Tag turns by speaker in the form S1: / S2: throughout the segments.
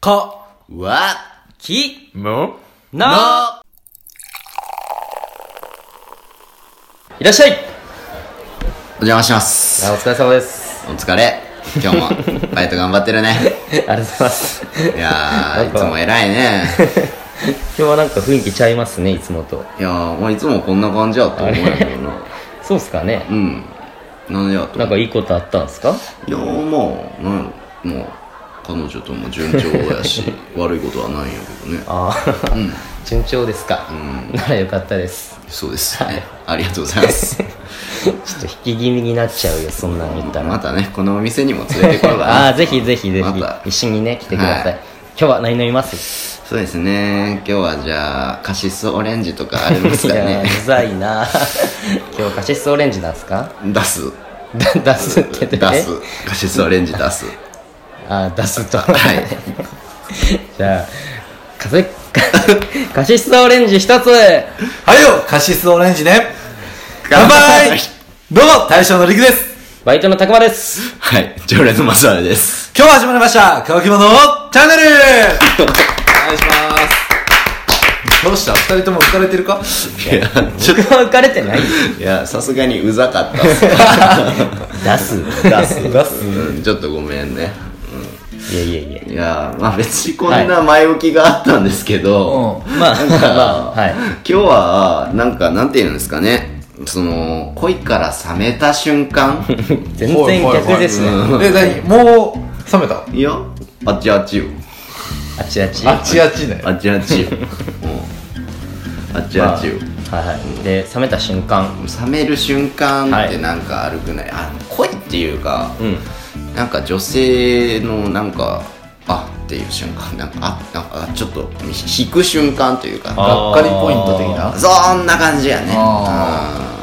S1: か、
S2: わ、
S1: き、
S2: も、
S1: な、
S2: な、
S1: いらっしゃい
S2: お邪魔します。
S1: お疲れ様です。
S2: お疲れ。今日 も、バイト頑張ってるね。
S1: ありがとうございます。
S2: いや
S1: な
S2: ー、
S1: ん
S2: い
S1: か
S2: つも偉いね。
S1: 今日はなんか雰囲気ちゃいますね、いつもと。
S2: いやー、もういつもこんな感じやと思うんやけどな。
S1: そうっすかね
S2: う。ん。なんでやと
S1: なん
S2: 思
S1: か
S2: う。い
S1: いいことあったんすか
S2: やー、まあ、なんやろ。まあ、彼女とも順調や し、悪いことはないんやけどね。
S1: ああ、順調ですか。ならよかったです。
S2: そう ですね。ありがとうございます。
S1: ちょっと引き気味になっちゃうよ、そんなん言ったら。
S2: またね、このお店にも連れてこようかな。
S1: ああ、ぜひぜひぜ
S2: また
S1: ひ、一緒にね、来てください。
S2: は
S1: 今日は何飲みます
S2: そうですね。今日はじゃあ、カシスオレンジとかありますから
S1: いやーう
S2: ね。
S1: ざいな今日カシスオレンジなんすか
S2: 出す。
S1: だ出すって言って
S2: 出
S1: ね
S2: す。カシスオレンジ出す。
S1: あー出すと
S2: はい。
S1: じゃあカ セカシスオレンジ一つ
S3: はいよカシスオレンジね
S2: 乾
S3: 乾
S2: 杯
S3: 杯どうも大将のりくです
S1: バイトのたくまです
S2: はい。常連のマサラです。
S3: 今日も始まりました乾き物チャンネルお願いしますどうした二人とも浮かれてるか
S2: いや、ちょっ
S1: 僕は浮かれてないよ
S2: と、いや、さすがにうざかったっ す。
S1: 出す
S2: 出す。
S3: 出す
S2: うん、ちょっとごめんね。
S1: いやいやいや
S2: いや、まあ別にこんな前置きがあったんですけど、
S1: まあまあはい
S2: 今日は、なんか、なんていうんですかね。その、恋から冷めた瞬 間
S1: 全然逆ですね
S2: はいはいはい
S3: え、なにもう冷めた
S2: いや、あっちあっちよ。
S1: あちあち
S3: あっちあっちね
S2: あっちあっ ちよ。うんあっちあっちよ。
S1: はいはいで冷めた瞬間
S2: 冷める瞬間
S1: は
S2: って
S1: い
S2: なんかあるくない、あ恋っていうか、
S1: うん
S2: なんか女性のなんかあっていう瞬間なんかあなんかあちょっとひ引く瞬間というか
S3: がっかりポイント的な
S2: そんな感じやね
S3: あ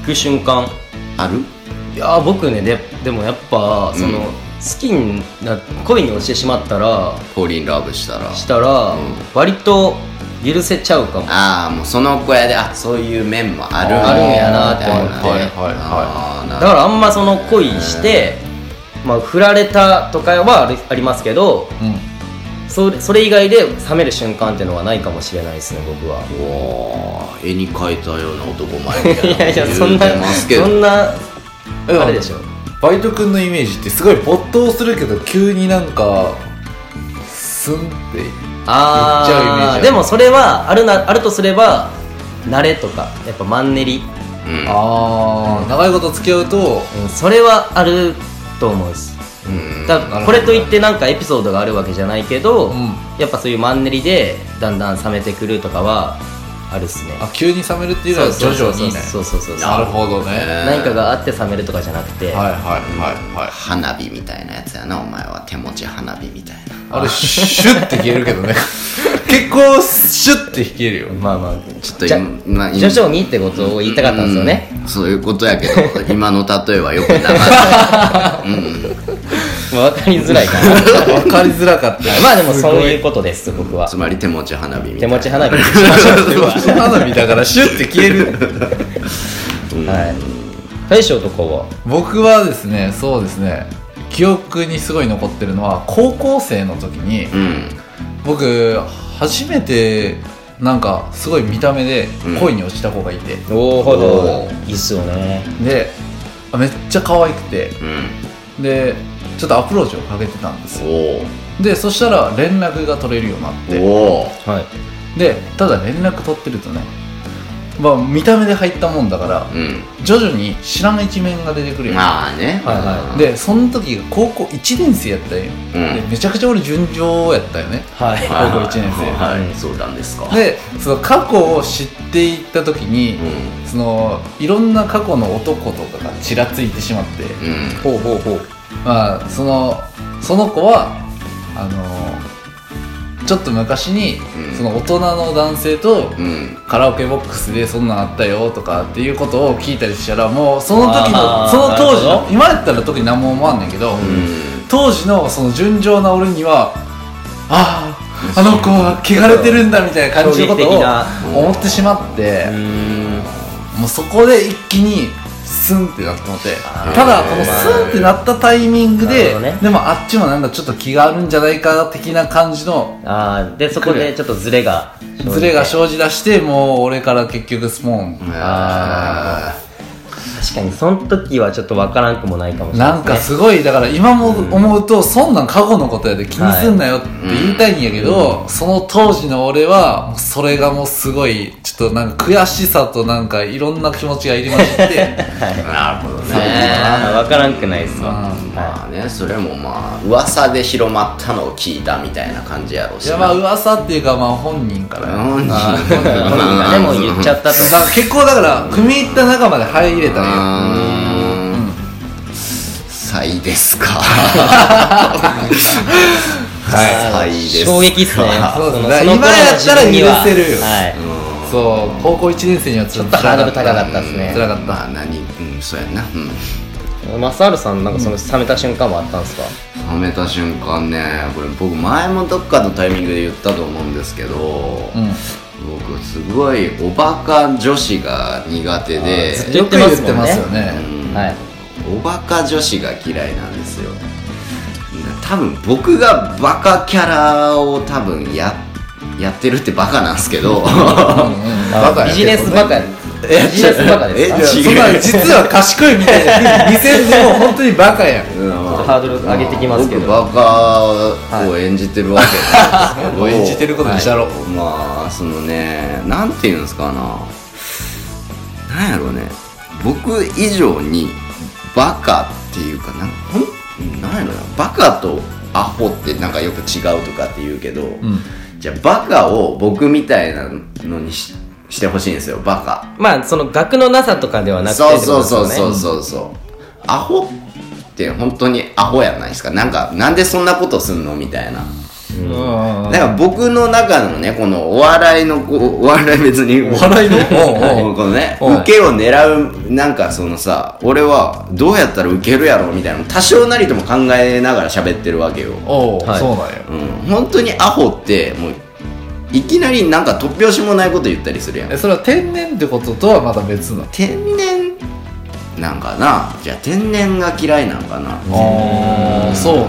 S1: 引く瞬間
S2: あある
S1: いやー僕ねででもやっぱその、
S2: うん
S1: 好きにな恋に落ちてしまったら
S2: フォーリンラブしたら
S1: したら、
S2: うん
S1: 割と許せちゃうかも
S2: ああもうその小屋であそういう面もある
S1: あるんやなって思っ
S2: み
S1: て
S2: たいなね
S3: はいはいはい
S2: あーな
S1: だ
S2: る
S1: からあんまその恋して、まあ振られたとかはありありますけど
S3: うん
S1: それそれ以外で冷める瞬間っていうのはないかもしれないですね僕は
S2: おー絵に描いたような男前みたい
S1: い
S2: な
S1: やいやそんな
S2: 言うてますけど
S1: そんな
S3: え
S1: あれでしょ
S3: バイト君のイメージってすごい没頭するけど急になんかスンって
S1: あ
S3: 言っちゃうイメージあ
S1: ー
S3: る
S1: でもそれはあるなあるとすれば慣れとかやっぱマンネリ、
S2: うん
S3: ああ長いこと付き合うと
S1: うん、それはあると思うし
S2: うん
S1: だからこれといってなんかエピソードがあるわけじゃないけど、
S3: うん
S1: やっぱそういうマンネリでだんだん冷めてくるとかはあるっすね
S3: あ急に冷めるっていうの
S1: そ
S3: は
S1: う
S3: 徐
S1: そうそう
S3: 々
S1: そう
S3: にね
S1: そうそうそう
S3: なるほど
S2: ね
S3: ね
S1: 何かがあって冷めるとかじゃなくて、
S3: はいはいはいはい
S2: 花火みたいなやつやなお前は手持ち花火みたいな
S3: あれシュッて消えるけどね結構シュッて消えるよ
S1: まあまあ
S2: ちょっと
S1: じゃ
S2: 今
S1: 徐々にってことを言いたかったんですよね、、
S2: うんそういうことやけど今の例えはよくなかった
S1: まあ、分かりづらい かな
S3: わかりづらかったよ
S1: まあでもそういうことです僕は
S2: つまり手持ち花火みた
S1: 手
S2: いな
S1: 持ち花火にしましょう
S3: でも花火だからシュッて消える
S1: はい大将とかは
S3: 僕はですねそうですね記憶にすごい残ってるのは高校生の時に
S2: うん
S3: 僕初めてなんかすごい見た目で恋に落ちた子がいて、
S1: おお
S2: ほど
S1: いいっすよね
S3: であめっちゃ可愛くて
S2: うん
S3: でちょっとアプローチをかけてたんですよ
S2: お
S3: でそしたら連絡が取れるようになって
S2: ーおー
S1: はい
S3: でただ連絡取ってるとねまあ見た目で入ったもんだから
S2: うん
S3: 徐々に知らん一面が出てくるよ、
S2: まあね
S1: はいは
S3: でその時が高校1年生やったんよ、
S2: うん
S3: でめちゃくちゃ俺順調やったよね
S1: はい
S2: はいはい
S3: 高校一年生
S2: はい、
S1: うん
S2: そうなんですか
S3: でその過去を知っていった時に
S2: うん、
S3: そのいろんな過去の男とかがちらついてしまって、
S2: うん
S1: ほうほうほう
S3: まあそのその子はあのちょっと昔に、
S2: うん
S3: その大人の男性と
S2: うん
S3: カラオケボックスでそんなんあったよとかっていうことを聞いたりしたらもうその時
S1: あ
S3: の
S1: ー
S3: その当時
S1: なるほ
S3: の今やったら特に何も思わんねんけ
S2: う
S3: ど、
S2: ん
S3: 当時のその純情な俺にはあああの子は汚れてるんだみたいな感じのこと
S1: 衝撃的
S3: を
S1: な
S3: 思ってしまって、
S1: うーん
S3: もうそこで一気にスンってなって思って
S4: ー
S3: ただこのスンってなったタイミング
S1: なる
S3: で、
S1: ほどね
S3: でもあっちもなんかちょっと気があるんじゃないかな的な感じの
S1: ああでそこでちょっとズレが
S3: ズレが生じ出してもう俺から結局スポーン
S1: あー確かにその時はちょっとわからんくもないかもしれない
S3: なんかすごいだから今も思うとそんなん過去のことやで気にすんなよって言いたいんやけどその当時の俺はもうそれがもうすごいちょっとなんか悔しさとなんかいろんな気持ちが入り混じって
S2: なるほどね
S1: わからんくないっすわは
S2: まあねそれもまあ噂で広まったのを聞いたみたいな感じやろう
S3: い
S2: し
S3: や
S2: な
S3: まあ噂っていうかまあ本人から
S2: 本人
S3: あー
S1: い本人がねもう言っちゃったと
S3: だから結構だから組み入った仲まで入れたね
S2: うーん才ですか才です
S1: 衝撃 っすね
S3: そうですね
S1: のの
S3: 今やったら
S1: には
S3: 許せるよ
S1: はい
S3: そう高校1年生にはちょっと
S1: ハードル高
S3: 辛
S1: かったっすね
S3: 辛かった
S2: まあ何うんそうやなうん
S1: マサールさんなんかその冷めた瞬間はあったんですか
S2: はめた瞬間ねこれ僕前もどっかのタイミングで言ったと思うんですけど、
S3: うん
S2: 僕すごいおバカ女子が苦手で
S1: ずっと
S3: よく言ってますよ
S2: う
S3: ね
S2: ん
S1: はい
S2: おバカ女子が嫌いなんですよ多分僕がバカキャラを多分ややってるってバカなんですけど
S3: バカや
S1: ビジネスバ カやビジネスバカで
S2: え
S1: すか
S3: いやそんな実は賢いみたいな2000でも本当にバカやん
S2: うん
S1: ちょっとハードル上げてきますけど
S2: 僕バカを演じてるわけなんですけど、
S3: はい 演じてることにしたろ
S2: はいまあそのねなんていうんですかななんやろうね僕以上にバカっていうかなんんなんやろうなバカとアホってなんかよく違うとかって言うけど、じゃあバカを僕みたいなのにししてほしいんですよバカ。
S1: まあその額のなさとかではなくて
S2: そうそうそうそう
S1: ってことですよね
S2: そうそうアホって本当にアホやないですかなんかなんでそんなことすんのみたいなだから僕の中のねこのお笑いのこうお笑い別にお
S3: 笑いのおうおう
S2: このね
S3: おう
S2: 受けを狙うなんかそのさ俺はどうやったら受けるやろうみたいなの多少なりとも考えながら喋ってるわけよ
S3: おう
S1: はい
S3: そうなんや
S2: うん本当にアホってもういきなりなんか突拍子もないこと言ったりするやん
S3: えそれは天然ってこととはまた別な
S2: 天然なんかなじゃあ天然が嫌いなんかな
S3: ああそうなんや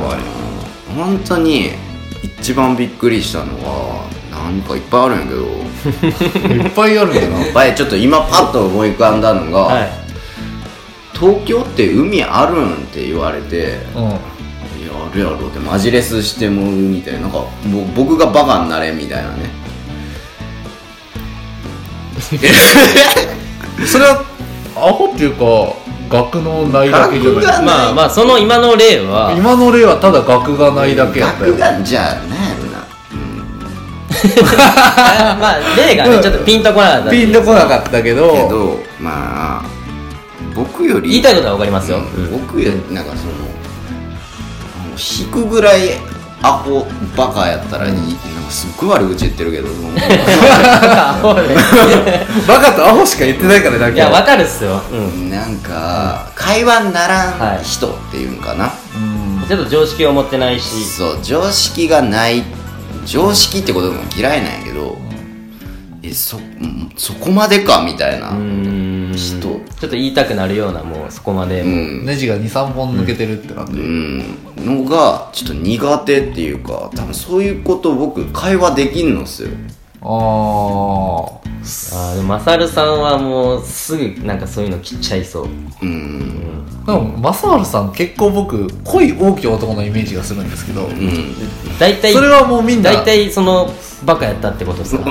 S2: 本当に一番びっくりしたのはなんかいっぱいあるんやけど
S3: いっぱいあるんやな
S2: やっぱりちょっと今パッと思い浮かんだのが、
S1: はい
S2: 東京って海あるんって言われて
S3: うん
S2: いやあるやろってマジレスしてもうみたいななんかもう僕がバカになれみたいなね
S3: それはアホっていうか学のないだけじゃ
S2: 学
S3: ない
S2: が
S1: まあまあその今の例 は
S3: 今の例はただ学がないだけやったよ
S2: 学がじゃあなんやろな
S1: あ まあ例がねちょっとピンとこなかった
S3: ピンとこなかったけ
S2: け
S3: ど
S2: どまあ僕より
S1: 言いたいことはわかりますよ
S2: うん僕よりなんかそのあの引くぐらいアホバカやったらいいなんかすっごい悪口言ってるけどその
S3: バカとアホしか言ってないからだ
S1: い
S3: け
S1: やわ
S3: は
S1: かるっすようん
S2: なんか会話になら
S1: は
S2: ん
S1: い
S2: 人っていうんかな、
S3: うん
S1: ちょっと常識を持ってないし
S2: そう常識がない常識ってことも嫌いなんやけどえそうんそこまでかみたいな、
S1: うーん
S2: 人
S1: ちょっと言いたくなるようなもうそこまで、
S2: うん
S3: ネジが23本抜けてるって感じ
S2: うん、のがちょっと苦手っていうか多分そういうこと僕会話できんのっすよ
S3: あ
S1: あーでもマサルさんはもうすぐなんかそういうの切っちゃいそう、う
S2: うん
S1: ん、
S3: あでも正治さん結構僕恋多き男のイメージがするんですけ
S2: う
S3: ど、
S2: ん
S1: 大体
S3: それはもうみんな
S1: 大体そのバカやったってことですか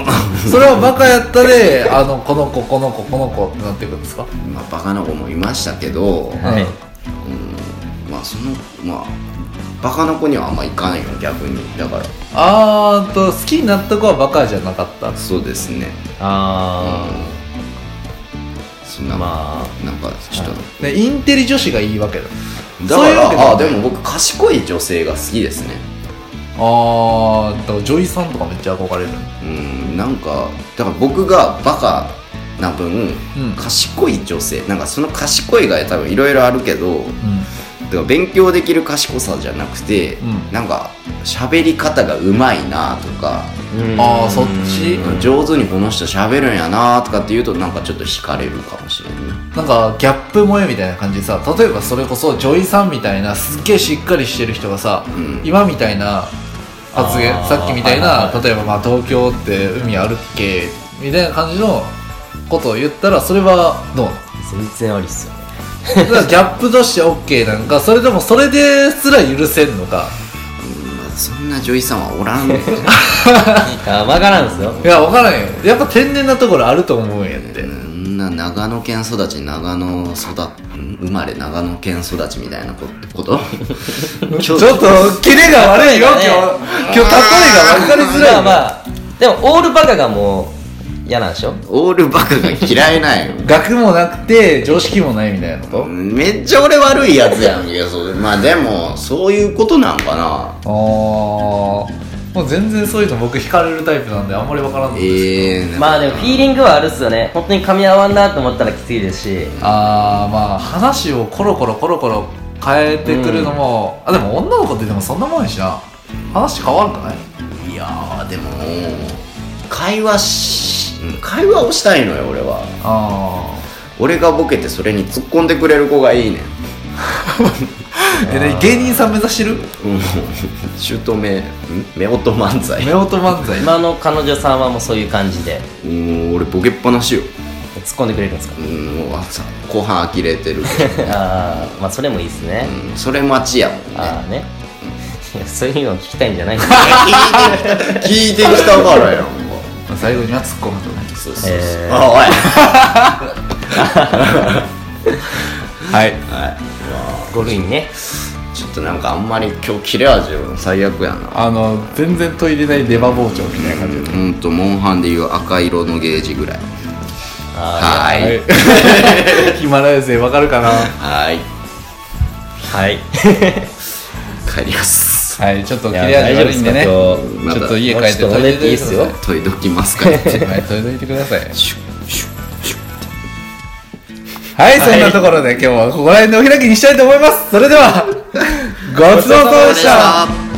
S3: それはバカやったであのこの子この子この子ってなっていくんですか
S2: まあ、バカな子もいましたけど、
S1: はい
S2: まあそのまあバカな子にはあんま行かないよ逆にだから
S3: あーと好きになった子はバカじゃなかった
S2: そうですね
S1: あ
S2: そん
S1: あ
S2: な、
S1: ま
S2: なんかちょっと、
S3: でインテリ女子がいいわけだ
S2: だ
S3: そういうわ
S2: か
S3: け
S2: らあ
S3: で
S2: で
S3: も
S2: も僕賢い女性が好きですね
S3: あーだから女医さんとかめっちゃ憧れる
S2: うんなんかだから僕がバカな分、
S3: うん
S2: 賢い女性なんかその賢いが多分いろいろあるけど
S3: う
S2: だから勉強できる賢さじゃなくて、
S3: うん
S2: なんか喋り方がうまいなとか、
S3: ああそっち
S2: 上手にこの人喋るんやなとかっていうとなんかちょっと惹かれるかもしれんない
S3: なんかギャップ萌えみたいな感じでさ例えばそれこそ女医さんみたいなすっげえしっかりしてる人がさ、
S2: ん
S3: 今みたいな発言
S1: あー
S3: さっきみたいな、
S1: はいはいは
S3: 例えばまあ東京って海あるっけみたいな感じのことを言ったらそれはどうなの
S1: 全然ありっすよね
S3: だからギャップとして OK なんかそれでもそれですら許せんのか
S2: まあそんな女医さんはおらんねん
S1: あ分からんっすよ
S3: いや分からんよやっぱ天然なところあると思うんや って、
S2: うんな長野県育ち長野育ん生まれ長野県育ちみたいなここと
S3: ちょっとキレが悪いよ今日今日例えが分かりづらい
S1: ま
S3: よ
S1: あまあでもオールバカがもう嫌なんでしょ
S2: オールバカが嫌いなんよ
S3: 学もなくて常識もないみたいなこと、
S2: めっちゃ俺悪いやつやんけそれまあでもそういうことなんかな
S3: ああもう全然そういうの僕惹かれるタイプなんであんまり分からんのです
S2: ええ
S1: まあでもフィーリングはあるっすよね本当に噛み合わんなと思ったらきついですし
S3: ああまあ話をコロコロコロコロ変えてくるのも、あでも女の子ってでもそんなもんやしな話変わるんかね
S2: いやーでも会話しうん会話をしたいのよ俺は
S3: あ
S2: 俺がボケてそれに突っ込んでくれる子がいいねん
S3: あえね芸人さん目指してる
S2: うん姑目音漫才
S3: 夫婦漫才
S1: 今の彼女さんはもうそういう感じで
S2: うん俺ボケっぱなしよ
S1: 突っ込んでくれるんです か
S2: うんもう朝後半呆れ てる、
S1: ああまあそれもいいっすね、
S2: うん、それ待ちやもんね
S1: ああねいや そういうのを聞きたいんじゃないです
S2: 聞いてきたからやん
S3: まあ最後には突っ込むとね
S2: そうそうそう、
S1: えー
S2: あおい
S3: はい
S2: はい
S1: 5類 にね
S2: ちょっとなんかあんまり今日切れ味最悪やな
S3: あの全然と入れない出刃包丁みたいな感じで、
S2: ほんとモンハンでいう赤色のゲージぐらい
S1: あ
S2: はーい
S3: はい ヒマラヤ勢わかるかな
S2: はーい
S1: あ はい
S2: 帰ります
S3: はいちょっと切れ味悪いんでね
S1: いや大丈
S3: ちょ
S2: ですか今
S1: 夫
S2: 日
S3: っと家帰って
S1: ちょっと
S3: 研いで
S1: いいっすよ
S2: 研いどきますからっ
S3: くだ さ
S2: て
S3: いはい研いでいてくだ さい
S2: シュッシュッシュッ
S3: はい、そんなところで今日はここら辺でお開きにしたいと思います。それでは、ごちそうさまでした。